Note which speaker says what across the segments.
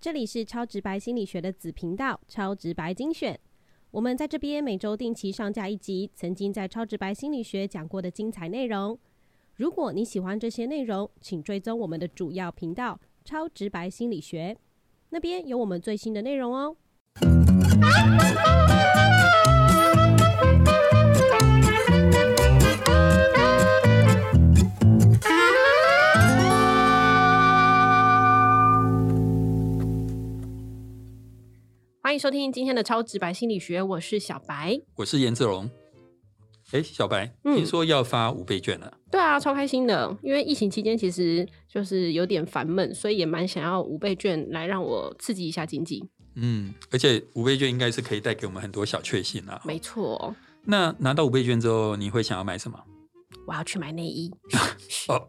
Speaker 1: 这里是超直白心理学的子频道“超直白精选”，我们在这边每周定期上架一集曾经在超直白心理学讲过的精彩内容。如果你喜欢这些内容，请追踪我们的主要频道“超直白心理学”，那边有我们最新的内容哦。欢迎收听今天的超直白心理学，我是小白。
Speaker 2: 我是颜志龙。哎，小白，
Speaker 1: 嗯
Speaker 2: 听说要发五倍券了，
Speaker 1: 对啊，超开心的，因为疫情期间其实就是有点烦闷，所以也蛮想要五倍券来让我刺激一下经济。
Speaker 2: 嗯，而且五倍券应该是可以带给我们很多小确幸啦。
Speaker 1: 没错，哦
Speaker 2: 那拿到五倍券之后，你会想要买什么？
Speaker 1: 我要去买内衣。
Speaker 2: 哦，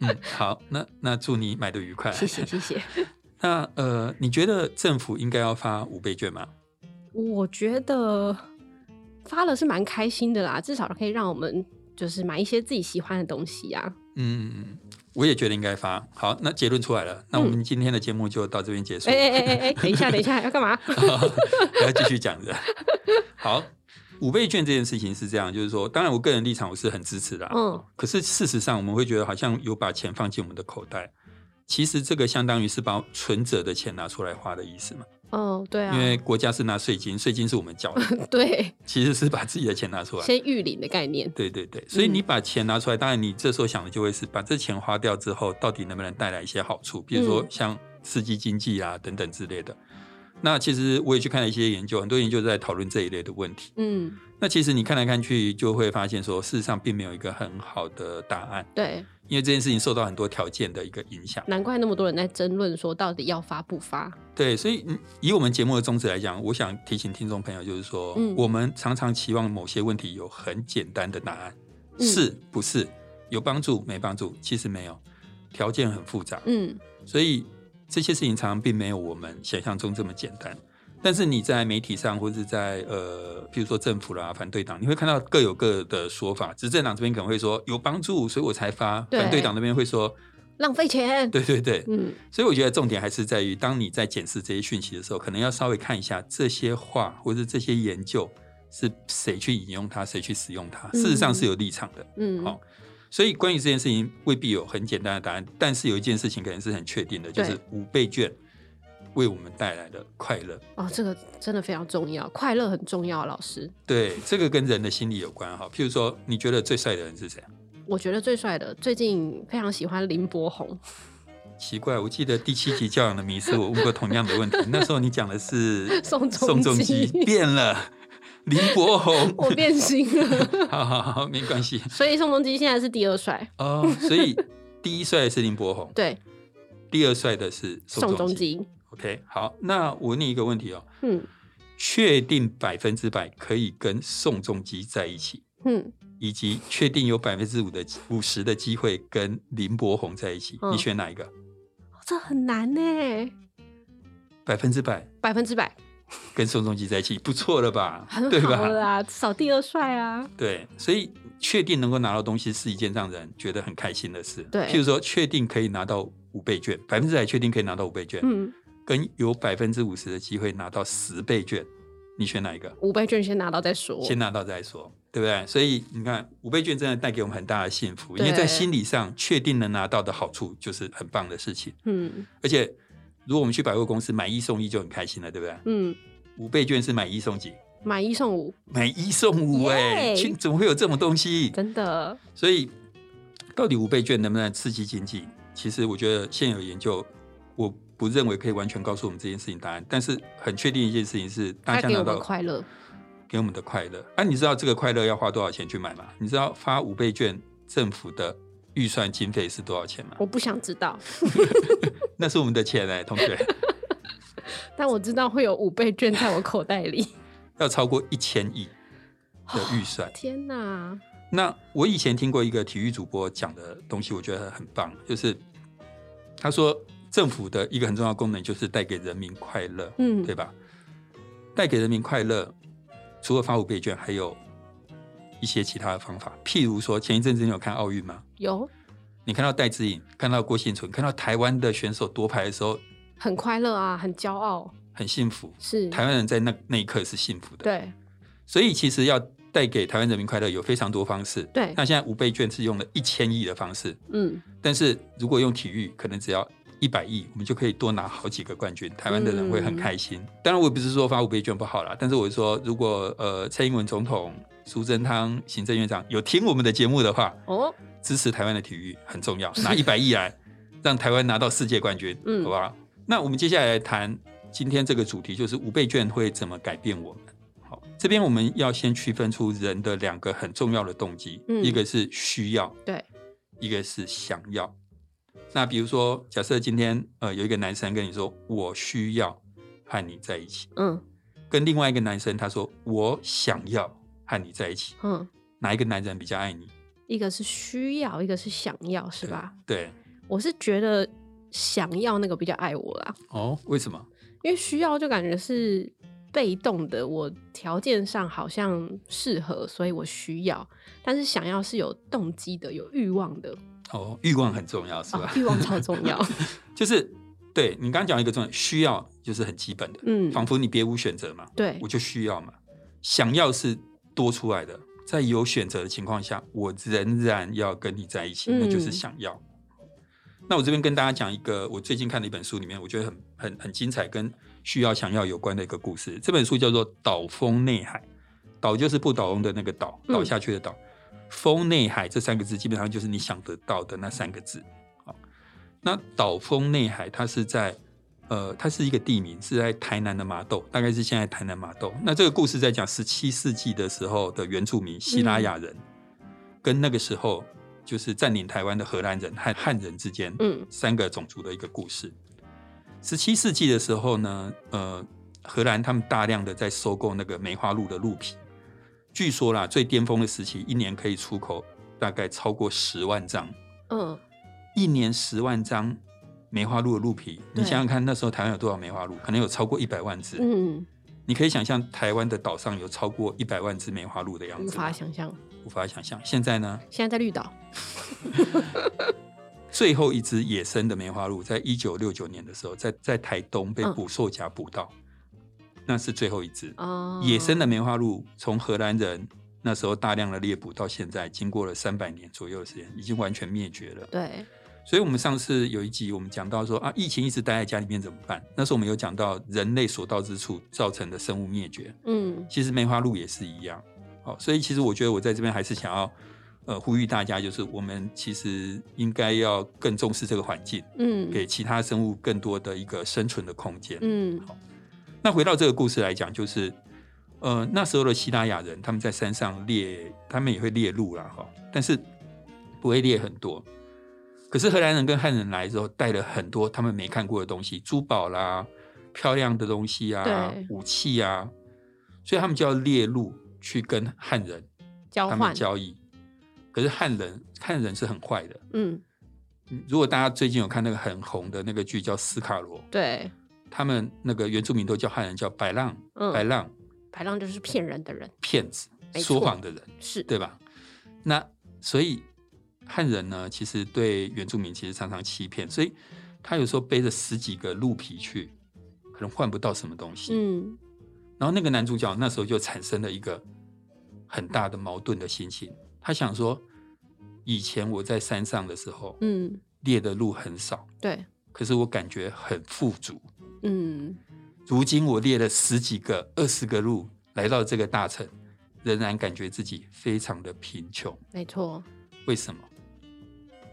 Speaker 2: 嗯， 好，那那祝你买的愉快。啊
Speaker 1: 谢谢，谢谢。
Speaker 2: 那呃，你觉得政府应该要发五倍券吗？
Speaker 1: 我觉得发了是蛮开心的啦，至少可以让我们就是买一些自己喜欢的东西啊。
Speaker 2: 嗯嗯，嗯我也觉得应该发。好，那结论出来了，那我们今天的节目就到这边结束。
Speaker 1: 嗯哎哎哎哎哎，等一下，等一下，要干 嘛？
Speaker 2: 还要继续讲的。好，五倍券这件事情是这样，就是说，当然我个人立场我是很支持的、啊，
Speaker 1: 嗯，
Speaker 2: 可是事实上我们会觉得好像有把钱放进我们的口袋，其实这个相当于是把存折的钱拿出来花的意思嘛，
Speaker 1: 哦，对啊
Speaker 2: 因，为国家是拿税金，税金是我们交 的，
Speaker 1: 对，
Speaker 2: 其实是把自己的钱拿出来。
Speaker 1: 先预领的概念，
Speaker 2: 对对对，所以你把钱拿出来，当然你这时候想的就会是把这钱花掉之后，到底能不能带来一些好处，比如说
Speaker 1: 嗯
Speaker 2: 像刺激经济啊等等之类的。那其实我也去看了一些研究，很多研究在讨论这一类的问题。
Speaker 1: 嗯，
Speaker 2: 那其实你看来看去，就会发现说，事实上并没有一个很好的答案，
Speaker 1: 对，
Speaker 2: 因为这件事情受到很多条件的一个影响。
Speaker 1: 难怪那么多人在争论说到底要发不发，
Speaker 2: 对，所以嗯以我们节目的宗旨来讲，我想提醒听众朋友，就是说，
Speaker 1: 嗯
Speaker 2: 我们常常期望某些问题有很简单的答案，
Speaker 1: 嗯
Speaker 2: 是不是有帮助没帮助？其实没有，条件很复杂，
Speaker 1: 嗯，
Speaker 2: 所以这些事情常常并没有我们想象中这么简单。但是你在媒体上，或是在呃，譬如说政府啦、反对党，你会看到各有各的说法。执政党这边可能会说有帮助，所以我才发；
Speaker 1: 对
Speaker 2: 反对党那边会说，
Speaker 1: 浪费钱，
Speaker 2: 对对对，
Speaker 1: 嗯，
Speaker 2: 所以我觉得重点还是在于，当你在检视这些讯息的时候，可能要稍微看一下这些话或者这些研究是谁去引用它，谁去使用它，
Speaker 1: 嗯
Speaker 2: 事实上是有立场的。
Speaker 1: 嗯，
Speaker 2: 好所以关于这件事情未必有很简单的答案，但是有一件事情可能是很确定的，
Speaker 1: 对
Speaker 2: 就是五倍券为我们带来的快乐。
Speaker 1: 哦，这个真的非常重要，快乐很重要，老师。
Speaker 2: 对，这个跟人的心理有关哈。譬如说，你觉得最帅的人是谁？
Speaker 1: 我觉得最帅的，最近非常喜欢林柏宏，
Speaker 2: 奇怪，我记得第七集《教养的迷思》，我问过同样的 问题，那时候你讲的是
Speaker 1: 宋
Speaker 2: 宋
Speaker 1: 仲
Speaker 2: 仲基
Speaker 1: 基，，
Speaker 2: 变了，林柏宏
Speaker 1: 我变心了，
Speaker 2: 好好好，没关系
Speaker 1: 所以宋仲基现在是第二帅。
Speaker 2: 哦。所以第一帅的是林柏宏，
Speaker 1: 对，
Speaker 2: 第二帅的是
Speaker 1: 宋
Speaker 2: 宋
Speaker 1: 仲
Speaker 2: 仲基。
Speaker 1: 基，
Speaker 2: OK，好，那我问你一个问题哦，
Speaker 1: 嗯
Speaker 2: 确定百分之百可以跟宋仲基在一起，
Speaker 1: 嗯，
Speaker 2: 以及确定有百分之五的五十的机会跟林柏宏在一起，
Speaker 1: 嗯
Speaker 2: 你选哪一个？
Speaker 1: 这很难呢，
Speaker 2: 百分之百
Speaker 1: 百分之百，
Speaker 2: 跟宋仲基在一起，不错了吧？
Speaker 1: 很
Speaker 2: 对
Speaker 1: 好了
Speaker 2: 吧？
Speaker 1: 啊，至少第二帅啊，
Speaker 2: 对，所以确定能够拿到东西是一件让人觉得很开心的事。
Speaker 1: 对
Speaker 2: 譬如说确定可以拿到五倍券，百分之百确定可以拿到五倍券，
Speaker 1: 嗯，
Speaker 2: 跟有百分之五十的机会拿到十倍券，你选哪一个？
Speaker 1: 五倍券先拿到再说，
Speaker 2: 先拿到再说，对不对？所以你看，五倍券真的带给我们很大的幸福，因为
Speaker 1: 对
Speaker 2: 在心理上确定能拿到的好处就是很棒的事情，
Speaker 1: 嗯
Speaker 2: 而且。如果我们去百货公司买一送一就很开心了，对不对？
Speaker 1: 嗯，
Speaker 2: 五倍券是买一送几，
Speaker 1: 买一送五，
Speaker 2: 买一送五哎、
Speaker 1: 耶
Speaker 2: 去怎么会有这种东西？
Speaker 1: 真的，
Speaker 2: 所以，到底五倍券能不能刺激经济？其实我觉得现有研究，我不认为可以完全告诉我们这件事情答案。但是很确定一件事情是，大
Speaker 1: 他
Speaker 2: 家
Speaker 1: 给
Speaker 2: 拿
Speaker 1: 我
Speaker 2: 到
Speaker 1: 们快乐，
Speaker 2: 给我们的快乐。啊，你知道这个快乐要花多少钱去买吗？你知道发五倍券政府的预算经费是多少钱吗？
Speaker 1: 我不想知道，
Speaker 2: 那是我们的钱哎、同学，
Speaker 1: 但我知道会有五倍券在我口袋 里，
Speaker 2: 要超过一千亿的预算。
Speaker 1: 天哪，
Speaker 2: 那我以前听过一个体育主播讲的东西，我觉得很棒，就是他说政府的一个很重要的功能就是带给人民快乐，
Speaker 1: 嗯
Speaker 2: 对吧？带给人民快乐，除了发五倍券，还有一些其他的方法，譬如说前一阵子你有看奥运吗？
Speaker 1: 有
Speaker 2: 你看到戴资颖，看到郭幸存，看到台湾的选手夺牌的时候，
Speaker 3: 很快乐啊，很骄傲，
Speaker 2: 很幸福。
Speaker 3: 是，
Speaker 2: 台湾人在那那一刻是幸福的，
Speaker 3: 嗯对
Speaker 2: 所以其实要带给台湾人民快乐有非常多方式。
Speaker 3: 对，
Speaker 2: 那现在五倍券是用了一千亿的方式，
Speaker 3: 嗯，
Speaker 2: 但是如果用体育，可能只要一百亿，我们就可以多拿好几个冠军，台湾的人会很开心。当然，我也不是说发五倍券不好啦，但是我是说，如果呃蔡英文总统、苏贞昌行政院长有听我们的节目的话，
Speaker 3: 哦，
Speaker 2: 支持台湾的体育很 重要，拿一百亿来让台湾拿到世界冠军，
Speaker 3: 嗯
Speaker 2: 好不好？那我们接下来谈今天这个主题，就是五倍券会怎么改变我们。好，这边我们要先区分出人的两个很重要的动机，
Speaker 3: 嗯
Speaker 2: 一个是需要，
Speaker 3: 对，
Speaker 2: 一个是想要。那比如说，假设今天呃有一个男生跟你说我需要和你在一起，
Speaker 3: 嗯
Speaker 2: 跟另外一个男生他说我想要和你在一起，
Speaker 3: 嗯，
Speaker 2: 哪一个男人比较爱你？
Speaker 3: 一个是需要，一个是想要，是吧？
Speaker 2: 对，
Speaker 3: 我是觉得想要那个比较爱我啦，
Speaker 2: 哦，为什么？
Speaker 3: 因为需要就感觉是被动的，我条件上好像适合，所以我需要，但是想要是有动机的，有欲望的，
Speaker 2: 哦，啊欲望很重要，是
Speaker 3: 哦
Speaker 2: 吧？
Speaker 3: 欲望超 重要，
Speaker 2: 就是对你刚刚讲一个重点，需要就是很基本的，
Speaker 3: 嗯，
Speaker 2: 仿佛你别无选择嘛，
Speaker 3: 对
Speaker 2: 我，就需要嘛。想要是多出来的，在有选择的情况下，我仍然要跟你在一起，
Speaker 3: 嗯
Speaker 2: 那就是想要。那我这边跟大家讲一个我最近看的一本书，里面我觉得很很很精彩，跟需要想要有关的一个故事。这本书叫做《岛风内海》，岛就是不倒翁的那个岛，
Speaker 3: 嗯
Speaker 2: 倒下去的岛。风内海这三个字基本上就是你想得到的那三个字。好，那岛风内海它是在呃，它是一个地名，是在台南的麻豆，大概是现在台南麻豆。那这个故事在讲十七世纪的时候的原住民希拉雅人，跟那个时候就是占领台湾的荷兰人和汉人之间，
Speaker 3: 嗯
Speaker 2: 三个种族的一个故事。十七世纪的时候呢，呃，荷兰他们大量的在收购那个梅花鹿的鹿皮，据说啦，最巅峰的时期，一年可以出口大概超过十万张。
Speaker 3: 嗯，
Speaker 2: 一年十万张梅花鹿的鹿皮，你
Speaker 3: 对
Speaker 2: 想想看，那时候台湾有多少梅花鹿？可能有超过一百万只。
Speaker 3: 嗯，
Speaker 2: 你可以想象台湾的岛上有超过一百万只梅花鹿的样
Speaker 3: 无
Speaker 2: 子吗，
Speaker 3: 法想象，
Speaker 2: 无法想象。现在呢，
Speaker 3: 现在在绿岛，
Speaker 2: 最后一只野生的梅花鹿，在一九六九年的时候，在在台东被
Speaker 3: 嗯
Speaker 2: 捕兽夹捕到，那是最后一只。
Speaker 3: 哦，
Speaker 2: 野生的梅花鹿从荷兰人那时候大量的猎捕到现在，经过了三百年左右的时间，已经完全灭绝了。
Speaker 3: 对，
Speaker 2: 所以，我们上次有一集我们讲到说啊，疫情一直待在家里面怎么办？那时候我们有讲到人类所到之处造成的生物灭绝，
Speaker 3: 嗯
Speaker 2: 其实梅花鹿也是一样。好，所以其实我觉得我在这边还是想要呃呼吁大家，就是我们其实应该要更重视这个环境，
Speaker 3: 嗯
Speaker 2: 给其他生物更多的一个生存的空间。
Speaker 3: 嗯
Speaker 2: 那回到这个故事来讲，就是呃那时候的希腊雅人他们在山上猎，他们也会猎鹿啦，哈，但是不会猎很多。可是荷兰人跟汉人来之后，带了很多他们没看过的东西，珠宝啦、漂亮的东西啊
Speaker 3: 对、
Speaker 2: 武器啊，所以他们就要猎鹿去跟汉人
Speaker 3: 交
Speaker 2: 他们
Speaker 3: 换，
Speaker 2: 交易。可是汉人汉人是很坏的，
Speaker 3: 嗯
Speaker 2: 如果大家最近有看那个很红的那个剧叫《斯卡罗》，
Speaker 3: 对，
Speaker 2: 他们那个原住民都叫汉人叫白浪，
Speaker 3: 嗯，
Speaker 2: 白浪。
Speaker 3: 排浪就是骗人的人，
Speaker 2: 骗子、
Speaker 3: 没错
Speaker 2: 说谎的人，
Speaker 3: 是，
Speaker 2: 对吧？那所以汉人呢，其实对原住民其实常常欺骗，所以他有时候背着十几个鹿皮去，可能换不到什么东西。
Speaker 3: 嗯
Speaker 2: 然后那个男主角那时候就产生了一个很大的矛盾的心情，他想说，以前我在山上的时候，
Speaker 3: 嗯，
Speaker 2: 猎的鹿很少，
Speaker 3: 对，
Speaker 2: 可是我感觉很富足。
Speaker 3: 嗯
Speaker 2: 如今我列了十几个、二十个路来到这个大城，仍然感觉自己非常的贫穷。
Speaker 3: 没错，
Speaker 2: 为什么？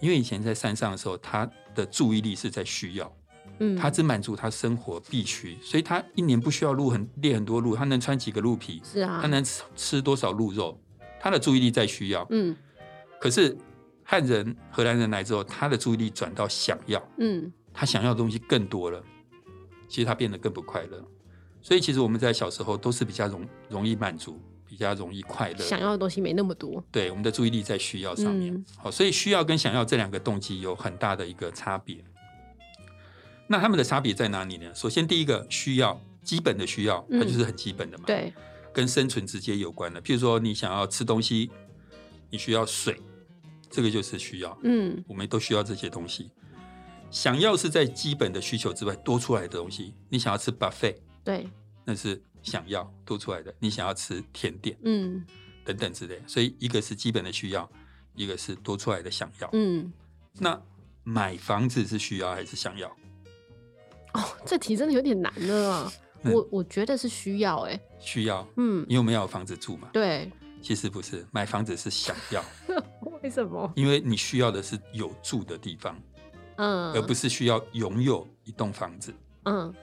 Speaker 2: 因为以前在山上的时候，他的注意力是在需要，
Speaker 3: 嗯，
Speaker 2: 他只满足他生活必须，所以他一年不需要鹿很猎很多鹿，他能穿几个鹿皮，
Speaker 3: 是啊
Speaker 2: 他，能吃吃多少鹿肉，他的注意力在需要。
Speaker 3: 嗯
Speaker 2: 可是汉人、荷兰人来之后，他的注意力转到想要，
Speaker 3: 嗯
Speaker 2: 他想要的东西更多了，其实他变得更不快乐。所以其实我们在小时候都是比较容容易满足，比较容易快乐。
Speaker 3: 想要的东西没那么多，
Speaker 2: 对我们的注意力在需要上面
Speaker 3: 嗯，
Speaker 2: 好、所以需要跟想要这两个动机有很大的一个差别。那他们的差别在哪里呢？首先，第一个需要基本的需要，它
Speaker 3: 嗯
Speaker 2: 就是很基本的嘛，，
Speaker 3: 对，
Speaker 2: 跟生存直接有关的。譬如说，你想要吃东西，你需要水，这个就是需要。
Speaker 3: 嗯
Speaker 2: 我们都需要这些东西。想要是在基本的需求之外多出来的东西，你想要吃 buffet，
Speaker 3: 对，
Speaker 2: 那是想要多出来的；你想要吃甜点
Speaker 3: 嗯
Speaker 2: 等等之类，所以一个是基本的需要，一个是多出来的想要。
Speaker 3: 嗯，
Speaker 2: 那买房子是需要还是想要？
Speaker 3: 这题真的有点难了啊。
Speaker 2: 嗯
Speaker 3: 我我觉得是需要哎、
Speaker 2: 需要，
Speaker 3: 嗯，
Speaker 2: 因为我们要有房子住嘛。
Speaker 3: 对，
Speaker 2: 其实不是，买房子是想要，
Speaker 3: 为什么？
Speaker 2: 因为你需要的是有住的地方，
Speaker 3: 嗯，
Speaker 2: 而不是需要拥有一栋房子。
Speaker 3: 嗯，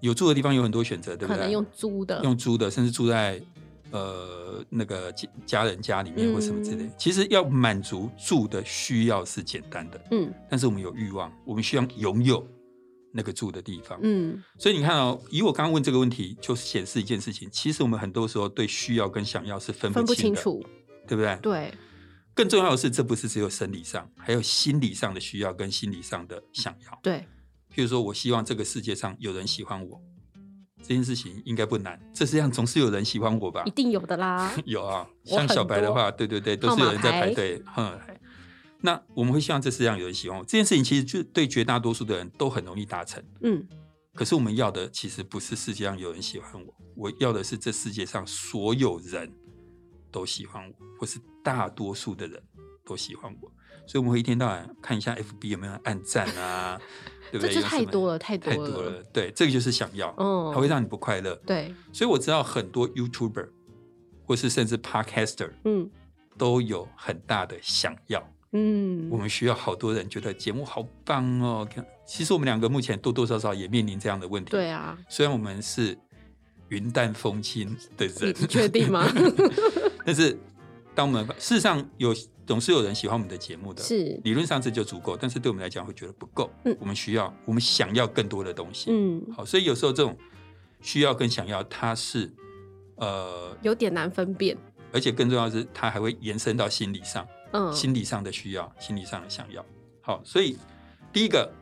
Speaker 2: 有住的地方有很多选择，对不
Speaker 3: 可
Speaker 2: 对？
Speaker 3: 能用租的，
Speaker 2: 用租的，甚至住在呃那个家家人家里面或什么之类。
Speaker 3: 嗯
Speaker 2: 其实要满足住的需要是简单的，
Speaker 3: 嗯
Speaker 2: 但是我们有欲望，我们需要拥有那个住的地方。
Speaker 3: 嗯
Speaker 2: 所以你看哦，以我刚刚问这个问题，就显示一件事情：其实我们很多时候对需要跟想要是分
Speaker 3: 分不
Speaker 2: 清
Speaker 3: 清
Speaker 2: 的，
Speaker 3: 楚，
Speaker 2: 对不对？。
Speaker 3: 对，
Speaker 2: 更重要的是，这不是只有生理上，还有心理上的需要跟心理上的想要。
Speaker 3: 对，
Speaker 2: 譬如说，我希望这个世界上有人喜欢我，这件事情应该不难。这世界上总是有人喜欢我吧
Speaker 3: 一？定有的 啦。
Speaker 2: 有啊，
Speaker 3: 我
Speaker 2: 像
Speaker 3: 很
Speaker 2: 小白的
Speaker 3: 多
Speaker 2: 话，对对对，都
Speaker 3: 号
Speaker 2: 是有
Speaker 3: 码
Speaker 2: 人在排
Speaker 3: 牌嗯
Speaker 2: 队。哼，那我们会希望这世界上有人喜欢我，这件事情其实就对绝大多数的人都很容易达成。
Speaker 3: 嗯
Speaker 2: 可是我们要的其实不是世界上有人喜欢我，我要的是这世界上所有人都喜欢我，或是大多数的人都喜欢我。所以我们会一天到晚看一下 FB 有没有人按赞啊， 对不
Speaker 3: 这
Speaker 2: 对？
Speaker 3: 就
Speaker 2: 有什
Speaker 3: 太
Speaker 2: 么
Speaker 3: 多了太多
Speaker 2: 太多
Speaker 3: 了
Speaker 2: 了。对，这个就是想要，
Speaker 3: 哦
Speaker 2: 它会让你不快乐。
Speaker 3: 对，
Speaker 2: 所以我知道很多 YouTuber 或是甚至 Podcaster
Speaker 3: 嗯
Speaker 2: 都有很大的想要。我
Speaker 3: 嗯，
Speaker 2: 们需要好多人觉得节目好棒哦。看其实我们两个目前多多少少也面临这样的问题。
Speaker 3: 对啊，
Speaker 2: 虽然我们是云淡风轻的人，
Speaker 3: 你确定吗？
Speaker 2: 但是当我们事实上有总是有人喜欢我们的节目的，
Speaker 3: 是，
Speaker 2: 理论上这就足够，但是对我们来讲会觉得不够。
Speaker 3: 嗯
Speaker 2: 我们需要，我们想要更多的东西。
Speaker 3: 嗯，
Speaker 2: 好，所以有时候这种需要跟想要，它是呃，
Speaker 3: 有点难分辨。
Speaker 2: 而且更重要的是，它还会延伸到心理上。
Speaker 3: 嗯，
Speaker 2: 心理上的需要，心理上的想要。好，所以第一个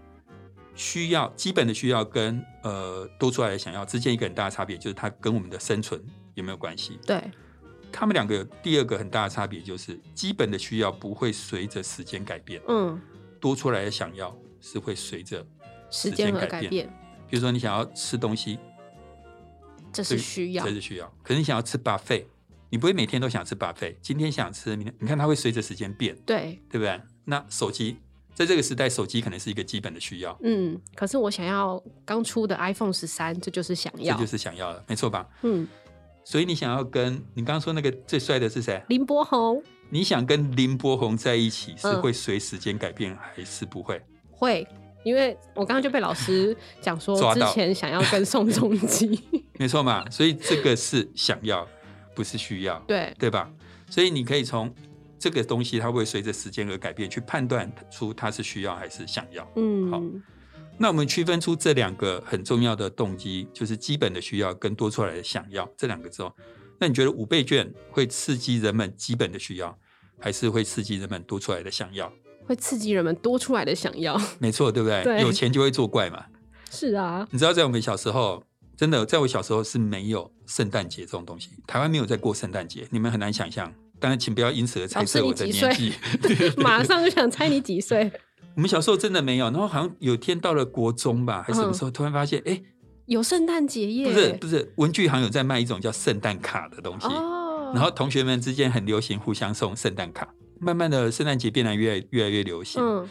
Speaker 2: 需要基本的需要跟呃多出来的想要之间一个很大的差别，就是它跟我们的生存有没有关系？
Speaker 3: 对，
Speaker 2: 他们两个有第二个很大的差别就是，基本的需要不会随着时间改变，
Speaker 3: 嗯，
Speaker 2: 多出来的想要是会随着
Speaker 3: 时间和改
Speaker 2: 改
Speaker 3: 变，
Speaker 2: 比如说你想要吃东西，
Speaker 3: 这
Speaker 2: 这
Speaker 3: 是
Speaker 2: 个
Speaker 3: 需要
Speaker 2: 这，是需要。可是你想要吃 buffet，你不会每天都想吃 buffet，今天想吃，明天你看它会随着时间变。
Speaker 3: 对，
Speaker 2: 对不对？那手机在这个时代，手机可能是一个基本的需要，
Speaker 3: 嗯。可是我想要刚出的 iPhone 十三，这就是想
Speaker 2: 这
Speaker 3: 要，
Speaker 2: 就是想要的，没错吧？
Speaker 3: 嗯，
Speaker 2: 所以你想要跟你刚刚说那个最帅的是谁？
Speaker 3: 林柏宏
Speaker 2: 你想跟林柏宏在一起，是
Speaker 3: 嗯
Speaker 2: 会随时间改变还是不会？
Speaker 3: 会。因为我刚刚就被老 师讲说
Speaker 2: 抓，
Speaker 3: 之
Speaker 2: 到
Speaker 3: 前想要跟宋仲基，
Speaker 2: 没错嘛，所以这个是想要，不是需要，
Speaker 3: 对，
Speaker 2: 对吧？所以你可以从这个东西，它会随着时间而改变，去判断出它是需要还是想要。好
Speaker 3: 嗯，
Speaker 2: 那我们区分出这两个很重要的动机，就是基本的需要跟多出来的想要这两个之后，那你觉得五倍券会刺激人们基本的需要，还是会刺激人们多出来的想要？
Speaker 3: 会刺激人们多出来的想要。
Speaker 2: 没错，对不对？
Speaker 3: 对
Speaker 2: 有钱就会作怪嘛。
Speaker 3: 是啊，
Speaker 2: 你知道，在我们小时候，真的，在我小时候是没有圣诞节这种东西，台湾没有在过圣诞节，你们很难想象。当然，请不要因此而猜测我的年
Speaker 3: 老师
Speaker 2: 纪
Speaker 3: 你。 马上就想猜你几岁？
Speaker 2: 我们小时候真的没有，然后好像有天到了国中吧，还是什么时候，突然发现，哎、
Speaker 3: 有圣诞节耶？
Speaker 2: 不是不是，文具行有在卖一种叫圣诞卡的东西，
Speaker 3: 哦，
Speaker 2: 然后同学们之间很流行互相送圣诞卡，慢慢的圣诞节变得越来越来越流行。
Speaker 3: 嗯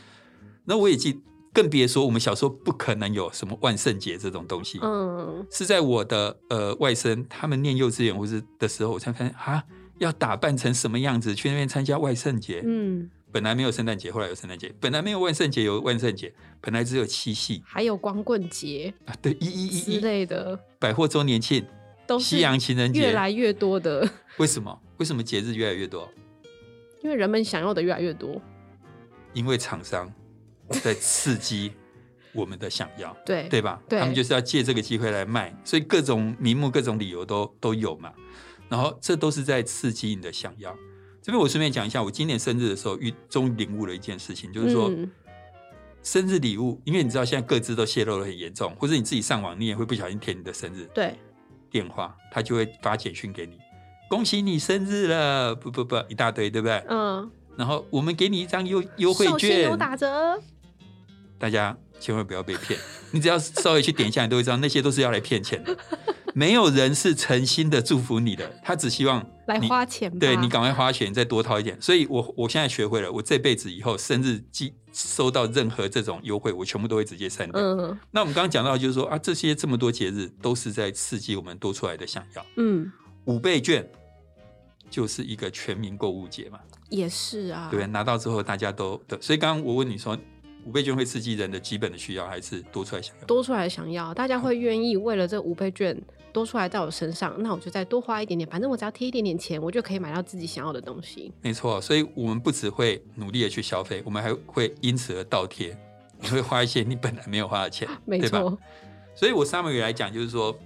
Speaker 2: 那我也记，更别说我们小时候不可能有什么万圣节这种东西，
Speaker 3: 嗯，
Speaker 2: 是在我的呃外甥他们念幼稚园或是的时候，我才发现啊，要打扮成什么样子去那边参加万圣节。
Speaker 3: 嗯，
Speaker 2: 本来没有圣诞节，后来有圣诞节；本来没有万圣节，有万圣节；本来只有七夕
Speaker 3: 还有光棍节
Speaker 2: 啊，对，一一
Speaker 3: 之
Speaker 2: 一一
Speaker 3: 类的，
Speaker 2: 百货周年庆、
Speaker 3: 都是
Speaker 2: 西洋情人节，
Speaker 3: 越来越多的，
Speaker 2: 为什么？为什么节日越来越多？
Speaker 3: 因为人们想要的越来越多。
Speaker 2: 因为厂商在 刺激我们的想要，
Speaker 3: 对
Speaker 2: 对吧？
Speaker 3: 对
Speaker 2: 他们就是要借这个机会来卖，所以各种名目、各种理由都都有嘛。然后这都是在刺激你的想要。这边我顺便讲一下，我今年生日的时候遇终于领悟了一件事情，就是说、
Speaker 3: 嗯
Speaker 2: 生日礼物，因为你知道现在各自都泄露的很严重，或者你自己上网，你也会不小心填你的生日
Speaker 3: 对，
Speaker 2: 电话，他就会发简讯给你，恭喜你生日了，不不不，一大堆，对不对？
Speaker 3: 嗯，
Speaker 2: 然后我们给你一张优优惠
Speaker 3: 寿星
Speaker 2: 券
Speaker 3: 有，打折，
Speaker 2: 大家千万不要被骗。 你只要稍微去点一下，你都会知道那些都是要来骗钱的。没有人是诚心的祝福你的，他只希望
Speaker 3: 来
Speaker 2: 你
Speaker 3: 花钱吧，
Speaker 2: 对你赶快花钱，再多掏一点。所以我我现在学会了，我这辈子以后生日寄收到任何这种优惠，我全部都会直接删掉。
Speaker 3: 嗯
Speaker 2: 那我们刚刚讲到，就是说啊，这些这么多节日都是在刺激我们多出来的想要。
Speaker 3: 嗯，
Speaker 2: 五倍券就是一个全民购物节嘛，
Speaker 3: 也是啊，
Speaker 2: 对不对？拿到之后大家都的，所以刚刚我问你说，五倍券会刺激人的基本的需要，还是多出来想要？
Speaker 3: 多出来想要，大家会愿意为了这五倍券多出来在我身上，那我就再多花一点点，反正我只要贴一点点钱，我就可以买到自己想要的东西。
Speaker 2: 没错，啊所以我们不只会努力的去消费，我们还会因此而倒贴，你会花一些你本来没有花的钱，
Speaker 3: 没
Speaker 2: 对吧？
Speaker 3: 错，
Speaker 2: 所以我 summary 来讲，就是说，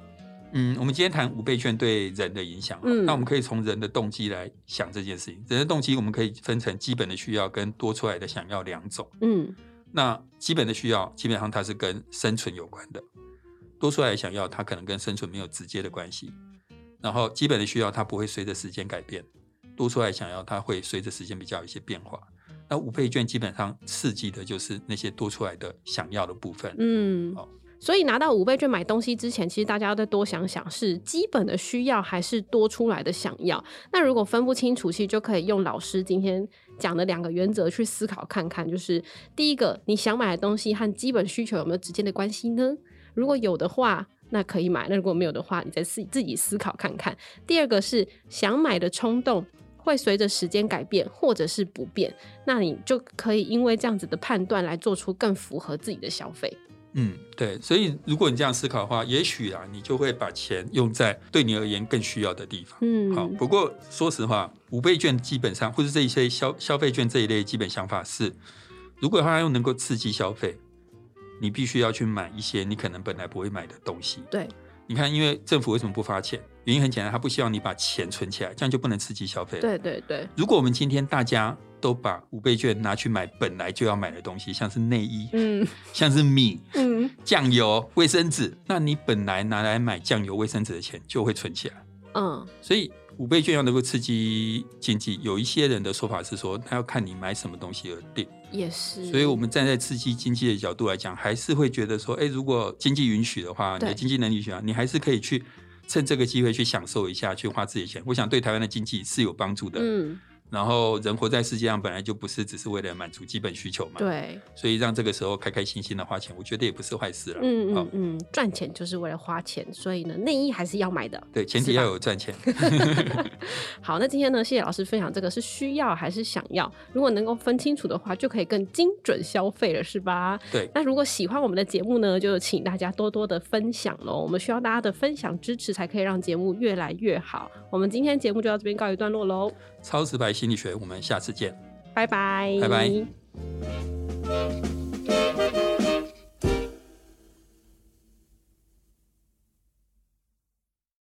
Speaker 2: 嗯，我们今天谈五倍券对人的影响，
Speaker 3: 嗯
Speaker 2: 那我们可以从人的动机来想这件事情。人的动机我们可以分成基本的需要跟多出来的想要两种。
Speaker 3: 嗯，
Speaker 2: 那基本的需要基本上它是跟生存有关的，多出来的想要它可能跟生存没有直接的关系。然后基本的需要它不会随着时间改变，多出来的想要它会随着时间比较有一些变化。那五倍券基本上刺激的就是那些多出来的想要的部分。
Speaker 3: 嗯
Speaker 2: 好，
Speaker 3: 所以拿到五倍券买东西之前，其实大家要再多想想，是基本的需要还是多出来的想要。那如果分不清楚，其实就可以用老师今天讲的两个原则去思考看看，就是第一个，你想买的东西和基本需求有没有直接的关系呢？如果有的话，那可以买；那如果没有的话，你再自自己思考看看。第二个是想买的冲动。会随着时间改变，或者是不变，那你就可以因为这样子的判断来做出更符合自己的消费。
Speaker 2: 嗯，对，所以如果你这样思考的话，也许啊，你就会把钱用在对你而言更需要的地方。
Speaker 3: 嗯，
Speaker 2: 好，不过说实话，五倍券基本上，或是这一些消消费券这一类基本想法是，如果它又能够刺激消费，你必须要去买一些你可能本来不会买的东西。
Speaker 3: 对，
Speaker 2: 你看，因为政府为什么不发钱？原因很简单，他不希望你把钱存起来，这样就不能刺激消费了。
Speaker 3: 对对对，
Speaker 2: 如果我们今天大家都把五倍券拿去买本来就要买的东西，像是内衣，
Speaker 3: 嗯
Speaker 2: 像是米，
Speaker 3: 嗯
Speaker 2: 酱油、卫生纸，那你本来拿来买酱油、卫生纸的钱就会存起来。
Speaker 3: 嗯，
Speaker 2: 所以五倍券要能够刺激经济，有一些人的说法是说，那要看你买什么东西而定。
Speaker 3: 也是。
Speaker 2: 所以我们站在刺激经济的角度来讲，还是会觉得说，哎，如果经济允许的话，你
Speaker 3: 对
Speaker 2: 的经济能力允许啊，你还是可以去趁这个机会去享受一下，去花自己的钱。我想对台湾的经济是有帮助的。
Speaker 3: 嗯，
Speaker 2: 然后人活在世界上本来就不是只是为了满足基本需求嘛，
Speaker 3: 对，
Speaker 2: 所以让这个时候开开心心的花钱，我觉得也不是坏事了。
Speaker 3: 嗯
Speaker 2: 好
Speaker 3: 嗯嗯，赚钱就是为了花钱，所以呢，内衣还是要买的。
Speaker 2: 对，前提
Speaker 3: 是吧
Speaker 2: 要有 赚钱。
Speaker 3: 好，那今天呢，谢谢老师分享这个是需要还是想要，如果能够分清楚的话，就可以更精准消费了，是吧？
Speaker 2: 对，
Speaker 3: 那如果喜欢我们的节目呢，就请大家多多的分享喽。我们需要大家的分享支持，才可以让节目越来越好。我们今天节目就到这边告一段落喽，
Speaker 2: 超直白心理学，我们下次见。
Speaker 3: 拜拜，
Speaker 2: 拜拜。